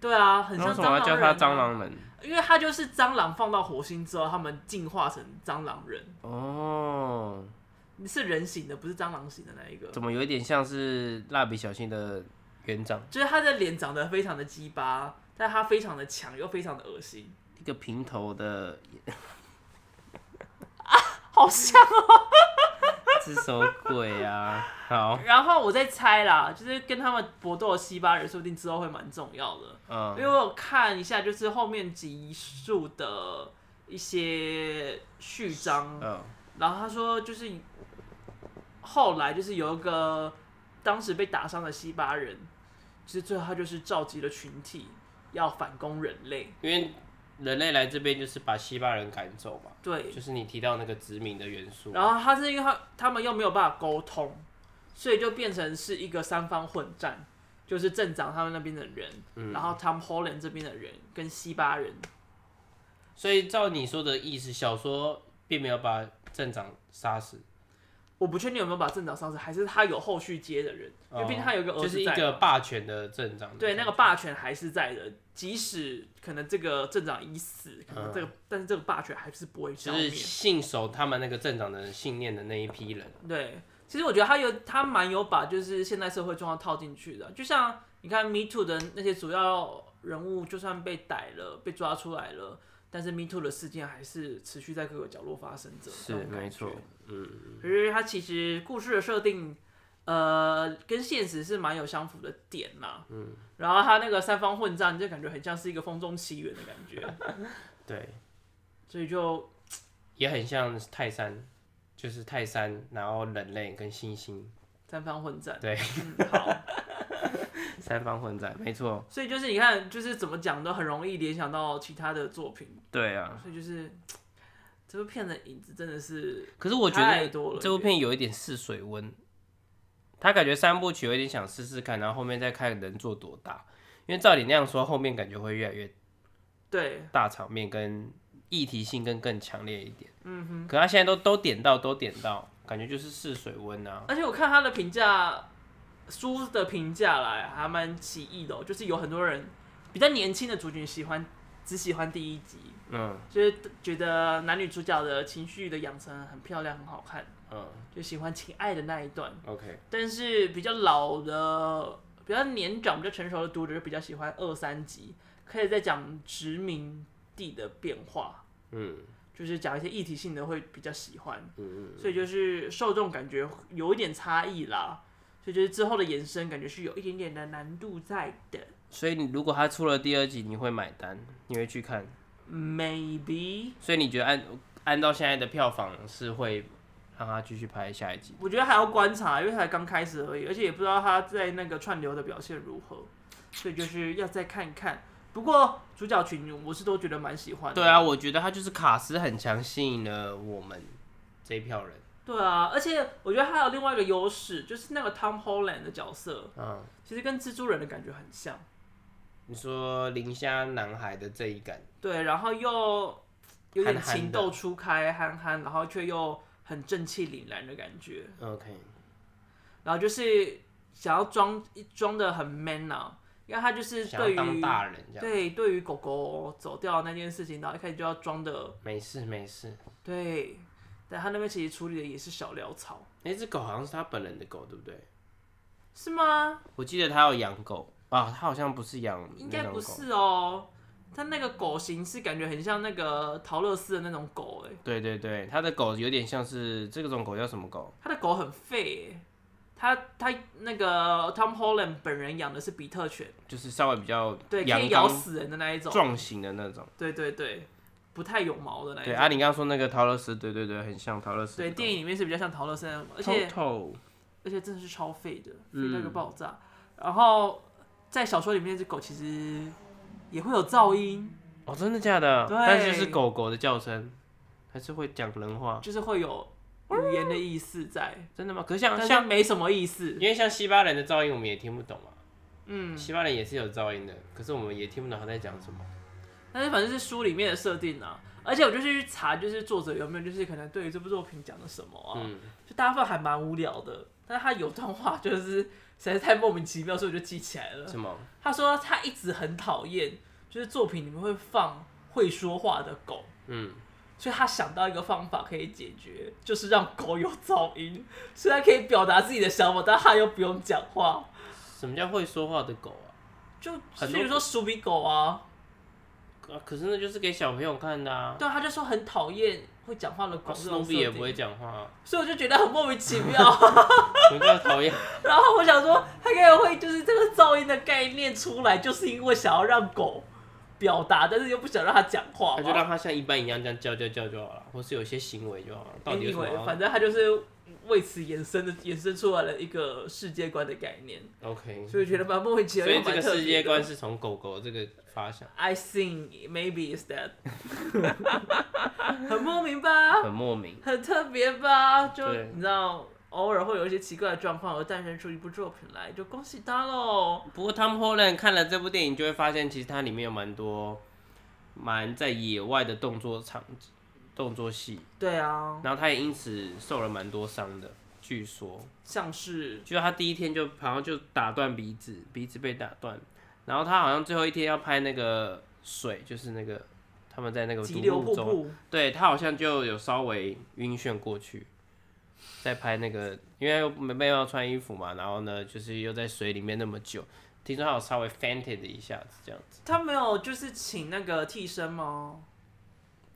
A: 对啊，很
B: 那为
A: 像
B: 什
A: 蟑螂
B: 么要
A: 人、啊
B: 叫他蟑，螂人？
A: 因为他就是蟑螂放到火星之后，他们进化成蟑螂人，
B: 哦，
A: 是人形的，不是蟑螂形的那一个。
B: 怎么有一点像是蜡笔小新的园长，
A: 就是他的脸长得非常的鸡巴，但他非常的强又非常的恶心，
B: 一个平头的，
A: 好像。哦
B: 是什么鬼啊？ 好，
A: 然后我在猜啦，就是跟他们搏斗的西巴人，说不定之后会蛮重要的。因
B: 嗯，
A: 为我有看一下，就是后面集数的一些序章，
B: 嗯，
A: 然后他说就是后来就是有一个当时被打伤的西巴人，其实最后他就是召集了群体要反攻人类，
B: 因为人类来这边就是把西巴人赶走嘛，
A: 对，
B: 就是你提到那个殖民的元素，
A: 然后他是因为他他们又没有办法沟通，所以就变成是一个三方混战，就是镇长他们那边的人，然后 Tom Holland 这边的人跟西巴人，
B: 所以照你说的意思，小说并没有把镇长杀死，
A: 我不确定有没有把镇长杀死，还是他有后续接的人，因为毕竟他有一个儿
B: 哦就
A: 子
B: 是一
A: 在
B: 个霸权的镇长，
A: 对，那个霸权还是在的，即使可能这个镇长已死，可能这个、但是这个霸权还是不会消
B: 嗯就
A: 灭。
B: 是信守他们那个镇长的信念的那一批人，
A: 对，其实我觉得他有他蛮有把就是现代社会状况套进去的，就像你看 Me Too 的那些主要人物，就算被逮了、被抓出来了，但是 Me Too 的事件还是持续在各个角落发生着。
B: 是
A: 那种感
B: 没
A: 觉
B: 错。，嗯，
A: 可是它其实故事的设定，呃，跟现实是蛮有相符的点呐、嗯。然后它那个三方混战，就感觉很像是一个风中奇缘的感觉，
B: 对，
A: 所以就
B: 也很像泰山，就是泰山，然后人类跟猩猩
A: 三方混战。
B: 对
A: 嗯，好。
B: 三方混战，没错，
A: 所以就是你看，就是怎么讲都很容易联想到其他的作品，
B: 对啊。
A: 所以就是这部片的影子真的是
B: 可是我觉
A: 太
B: 得
A: 多了
B: 这部片有一点试水温，他感觉三部曲有一点想试试看，然后后面再看能做多大。因为照你那样说，后面感觉会越来越
A: 对，
B: 大场面跟议题性跟更强烈一点。嗯哼。可他现在都都点到，都点到，感觉就是试水温啊。
A: 而且我看他的评价，书的评价来还蛮奇异的、哦，就是有很多人比较年轻的族群喜欢只喜欢第一集，
B: 嗯
A: 就是觉得男女主角的情绪的养成很漂亮，很好看，
B: 嗯
A: 就喜欢情爱的那一段。
B: ，OK，
A: 但是比较老的、比较年长、比较成熟的读者就比较喜欢二三集，可以在讲殖民地的变化，
B: 嗯
A: 就是讲一些议题性的会比较喜欢，
B: 嗯
A: 所以就是受众感觉有一点差异啦，所以就是之后的延伸感觉是有一点点的难度在的
B: 嗯。所以你如果他出了第二集，你会买单，你会去看。
A: ，maybe。
B: 所以你觉得按按照现在的票房是会让他继续拍下一集？
A: 我觉得还要观察，因为才刚开始而已，而且也不知道他在那个串流的表现如何，所以就是要再看看。不过主角群我是都觉得蛮喜欢的，
B: 对啊，我觉得他就是卡斯很强，吸引了我们这一票人。
A: 对啊，而且我觉得还有另外一个优势，就是那个 Tom Holland 的角色，
B: 嗯，
A: 其实跟蜘蛛人的感觉很像。
B: 你说林虾男孩的这一感，
A: 对，然后又有点
B: 憨憨的
A: 情窦初开，憨憨，然后却又很正气凛然的感觉，
B: ，OK，
A: 然后就是想要装装的很 man 啊，因为他就是
B: 想要
A: 对
B: 当
A: 于
B: 大人这样。
A: 对对于狗狗走掉那件事情，然后一开始就要装的
B: 没事没事，
A: 对，但他那边其实处理的也是小潦草，
B: 那只狗好像是他本人的狗，对不对？
A: 是吗？
B: 我记得他有养狗啊，他好像不是养
A: 应
B: 那
A: 该
B: 种
A: 不
B: 狗，
A: 是哦，它那个狗形是感觉很像那个陶乐斯的那种狗哎，
B: 对对对，他的狗有点像是这种狗叫什么狗？
A: 它的狗很废哎，它它那个 Tom Holland 本人养的是比特犬，
B: 就是稍微比较
A: 对，可
B: 阳
A: 以咬
B: 刚
A: 死人的那一种，
B: 壮型的那种。
A: 对对对，不太有毛的那
B: 对，
A: 一
B: 啊阿
A: 种。
B: 玲刚刚说那个陶乐斯，对对对，很像陶乐斯的
A: 对，
B: 狗。
A: 电影里面是比较像陶乐斯那种，而且
B: Toto，
A: 而且真的是超废的，废
B: 嗯
A: 到一个爆炸。然后在小说里面，那只狗其实也会有噪音，
B: 哦，真的假的？
A: 对
B: 但是就是狗狗的叫声，还是会讲人话，
A: 就是会有语言的意思在，
B: 真的吗？可是像
A: 但是
B: 嗯像，
A: 没什么意思
B: 因。为像西巴人的噪音，我们也听不懂啊。
A: 嗯，
B: 西巴人也是有噪音的，可是我们也听不懂他在讲什么。
A: 但是反正是书里面的设定啊，而且我就去查，就是作者有没有就是可能对于这部作品讲了什么啊，
B: 嗯，
A: 就大部分还蛮无聊的，但是他有段话就是实在是太莫名其妙，所以我就记起来了。
B: 什么？
A: 他说他一直很讨厌，就是作品里面会放会说话的狗，
B: 嗯，
A: 所以他想到一个方法可以解决，就是让狗有噪音，虽然可以表达自己的想法，但他又不用讲话，
B: 什么叫会说话的狗啊？
A: 就
B: 很多
A: 比如说鼠比狗啊，
B: 啊可是那就是给小朋友看的啊。
A: 对，他就说很讨厌会讲话的狗这
B: 史
A: 种
B: 努
A: 设
B: 比也不
A: 定
B: 会。讲话啊，
A: 所以我就觉得很莫名其妙。
B: 什么叫讨厌？
A: 然后我想说，他该不会就是这个噪音的概念出来，就是因为想要让狗表达，但是又不想让它讲话
B: 他就让
A: 嘛。
B: 他像一般一样这样叫叫叫就好了，或是有些行为就好了。到底有什么啊
A: anyway，
B: 好
A: 哎反正他就是为此延伸的，延伸出来了一个世界观的概念，
B: ？OK，
A: 所以觉得蛮莫名其妙。
B: 所以这个
A: 又蛮特别的
B: 世界观是从狗狗这个发想，
A: ，I think maybe is that，很莫名吧，
B: 很莫名。
A: 很特别吧，就
B: 对
A: 你知道。偶尔会有一些奇怪的状况而诞生出一部作品来，就恭喜他喽！
B: 不过 Tom Holland 看了这部电影，就会发现其实它里面有蛮多蛮在野外的动作场景、动作戏，
A: 对啊，
B: 然后他也因此受了蛮多伤的。据说，
A: 像是
B: 就他第一天就好像就打断鼻子，鼻子被打断，然后他好像最后一天要拍那个水，就是那个他们在那个
A: 急
B: 独
A: 流
B: 木
A: 瀑
B: 中，
A: 布，
B: 对他好像就有稍微晕眩过去，在拍那个，因为又没办法穿衣服嘛，然后呢，就是又在水里面那么久，听说他有稍微 fainted 一下子这样子，
A: 他没有就是请那个替身吗？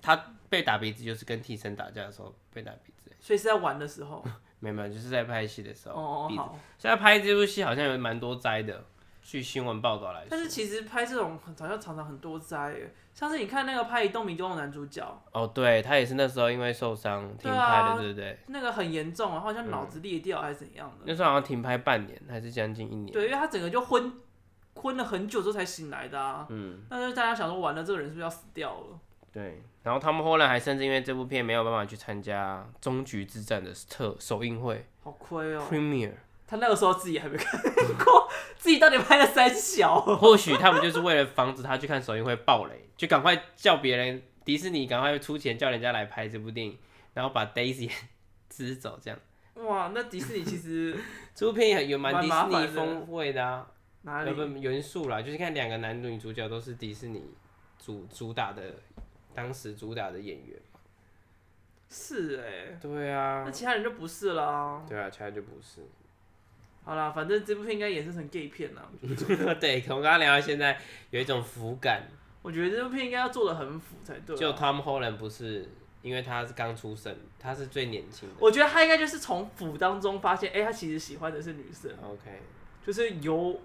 B: 他被打鼻子就是跟替身打架的时候被打鼻子，
A: 所以是在玩的时候。
B: 没有没有，就是在拍戏的时候，
A: 哦，
B: 鼻子
A: 好。
B: 所以他拍这部戏好像有蛮多灾的，据新闻报道来
A: 但是
B: 说，
A: 其实拍这种好像常常很多灾耶，像是你看那个拍《移动迷宫》的男主角，
B: 哦，对他也是那时候因为受伤停
A: 对
B: 拍
A: 啊
B: 的，对不对？嗯
A: 那个很严重啊，好像脑子裂掉还是怎样的。
B: 那时候好像停拍半年还是将近一年，
A: 对，因为他整个就昏昏了很久之后才醒来的啊。
B: 嗯，
A: 那就是大家想说，完了这个人是不是要死掉了？
B: 对，然后汤姆·霍兰还甚至因为这部片没有办法去参加终局之战的特首映会
A: 好亏哦、
B: （premiere），
A: 他那个时候自己还没看过， 自己到底拍了三小。
B: 或许他们就是为了防止他去看首映会爆雷，就赶快叫别人迪士尼赶快出钱叫人家来拍这部电影，然后把 Daisy 支走这样。
A: 哇，那迪士尼其 实
B: 这部片也很有蛮
A: 蛮
B: 迪
A: 麻
B: 士尼
A: 烦的
B: 风味的啊，
A: 哪
B: 呃
A: 里
B: 不元素啦，就是看两个男女主角都是迪士尼主主打的，当时主打的演员。
A: 是哎、
B: 对啊
A: 那，其他人就不是啦。
B: 对啊，其他就不是。
A: 好啦，反正这部片应该衍生成 gay 片啊啦。
B: 对，可能我刚刚聊到现在有一种浮感，
A: 我觉得这部片应该要做的很腐才对啊、
B: 就 Tom Holland 不是，因为他是刚出生，他是最年轻的。
A: 我觉得他应该就是从腐当中发现，哎、他其实喜欢的是女生，啊
B: OK，
A: 就是由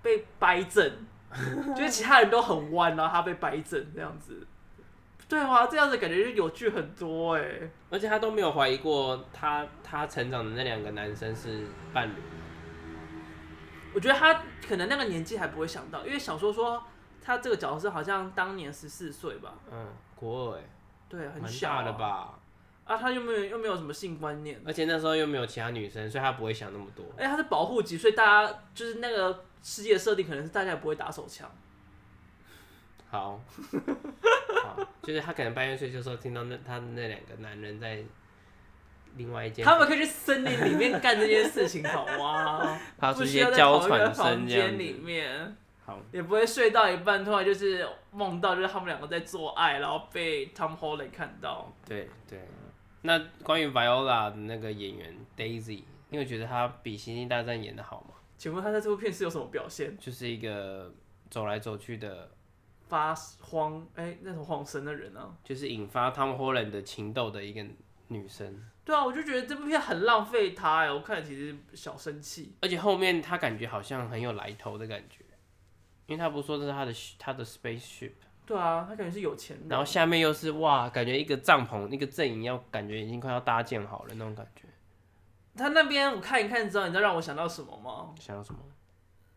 A: 被掰 正，就是其他人都很弯，然后他被掰正这样子。对啊，这样子感觉就有趣很多哎、
B: 而且他都没有怀疑过他他成长的那两个男生是伴侣。
A: 我觉得他可能那个年纪还不会想到，因为小说说他这个角色好像当年十四岁吧，
B: 嗯，国二哎、
A: 对，很
B: 蛮
A: 小、
B: 大
A: 啊、
B: 的？吧？
A: 啊，他又没有又没有什么性观念，
B: 而且那时候又没有其他女生，所以他不会想那么多。
A: 而且他是保护级，所以大家就是那个世界设定可能是大家也不会打手 枪。
B: 好，好，就是他可能半夜睡觉的时候听到那他的那两个男人在另外一间
A: 他们可以去森林里面干这件事情，好 吗？
B: 发出
A: 不
B: 一
A: 需
B: 些
A: 要在
B: 娇
A: 同一个
B: 喘声
A: 房
B: 这样
A: 间里
B: 子。
A: 面，
B: 好，
A: 也不会睡到一半突然就是梦到就是他们两个在做爱，然后被 Tom Holland 看到。
B: 对对，那关于 Viola 的那个演员 Daisy，你有觉得她比《星际大战》演的好吗？
A: 请问他在这部片是有什么表现？
B: 就是一个走来走去的，
A: 发慌哎、那种慌神的人啊？
B: 就是引发 Tom Holland 的情斗的一个女生，
A: 对啊，我就觉得这部片很浪费他哎、我看了其实小生气。
B: 而且后面她感觉好像很有来头的感觉，因为她不是说这是她的她的 spaceship，
A: 对啊，他感觉是有钱
B: 然后
A: 人。
B: 下面又是哇，感觉一个帐篷一个阵营要感觉已经快要搭建好了那种感觉，
A: 他那边我看一看之后，你知道让我想到什么吗？
B: 想要什么？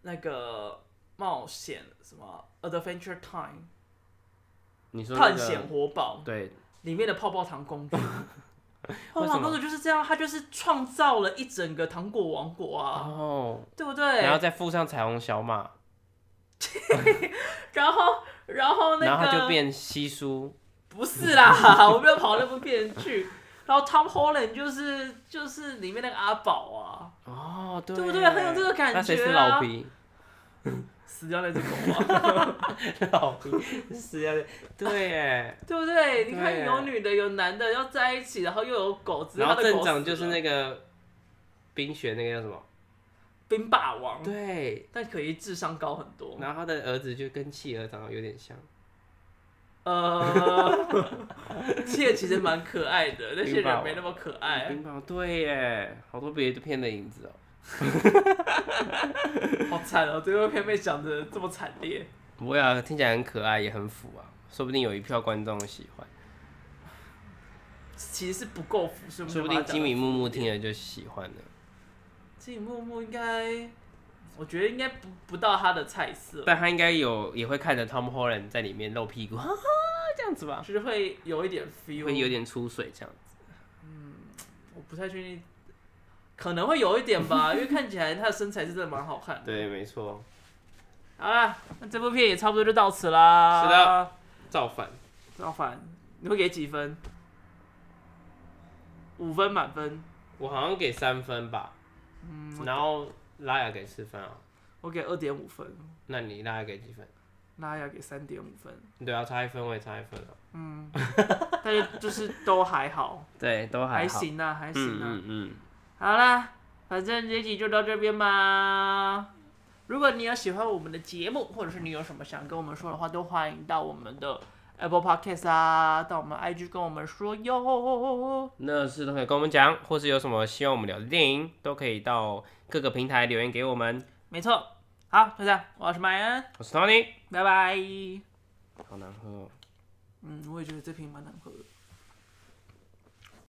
A: 那个冒险什么 Adventure Time
B: 你说、那
A: 探
B: 个、
A: 险活宝。
B: 对，
A: 里面的泡泡糖公主。 泡泡
B: 为什
A: 糖
B: 么
A: 公主就是这样，她就是创造了一整个糖果王国
B: 然
A: 啊，
B: 后
A: 对不
B: 然后
A: 对？
B: 再附上彩虹小马，
A: 然后，然后
B: 然
A: 那
B: 后他就
A: 个
B: 变稀疏，
A: 不是啦， 我没有跑那部片去。然后 Tom Holland 就是就是里面那个阿宝啊，
B: 哦，对
A: 对不对？很有这个感觉、啊。
B: 那谁是 老？皮？
A: 死掉那只狗 啊，
B: 老皮是要对耶。
A: 对不对？你看
B: 对
A: 有女的有男的要在一起，然后又有狗，只是
B: 然
A: 他
B: 后
A: 的狗
B: 镇长
A: 死
B: 就是
A: 了
B: 那个冰雪那个叫什么？
A: 冰霸王，
B: 对。
A: 但可以智商高很多。
B: 然后他的儿子就跟企鹅长得有点像，
A: 呃，切其实蛮可爱的，那些
B: 冰霸
A: 人
B: 王
A: 没那么可爱，
B: 冰雹对耶，好多别的片的影子哦。
A: 好惨哦！最后片被讲的这么惨烈，
B: 不会啊，听起来很可爱，也很腐啊，说不定有一票观众喜欢，
A: 其实是不够服，是
B: 说不定吉米木木听了就喜欢了。
A: 吉米木木应该，我觉得应该不不到他的菜色，
B: 但他应该有也会看着 Tom Holland 在里面露屁股，哈哈，这样子吧，
A: 就是会有一点 feel，
B: 会有点出水这样子。
A: 我不太确定，可能会有一点 吧，因为看起来他的身材是真的蛮好看的。
B: 对，没错，
A: 好啦，那这部片也差不多就到此啦。
B: 是的，造反。
A: 赵凡，你会给几分？五分满分，
B: 我好像给三分吧，然后拉雅给四分啊，
A: 我给二点五分。
B: 那你拉雅给几分？
A: 拉雅给三点五分，
B: 对啊，差一分我也差一分啊，
A: 但但是就是都还好，
B: 对，都
A: 还
B: 还好，
A: 行啊，还
B: 嗯
A: 行啊。
B: 嗯嗯，
A: 好啦，反正这集就到这边吧。如果你有喜欢我们的节目，或者是你有什么想跟我们说的话，都欢迎到我们的 Apple Podcast 啊，到我们 IG 跟我们说哟。
B: 那是都可以跟我们讲，或是有什么希望我们聊的电影，都可以到各个平台留言给我们。
A: 没错，好，就这样，我是麦恩，
B: 我是 Tony，
A: 拜拜。
B: 好难喝、哦。
A: 嗯，我也觉得这瓶蛮难喝的。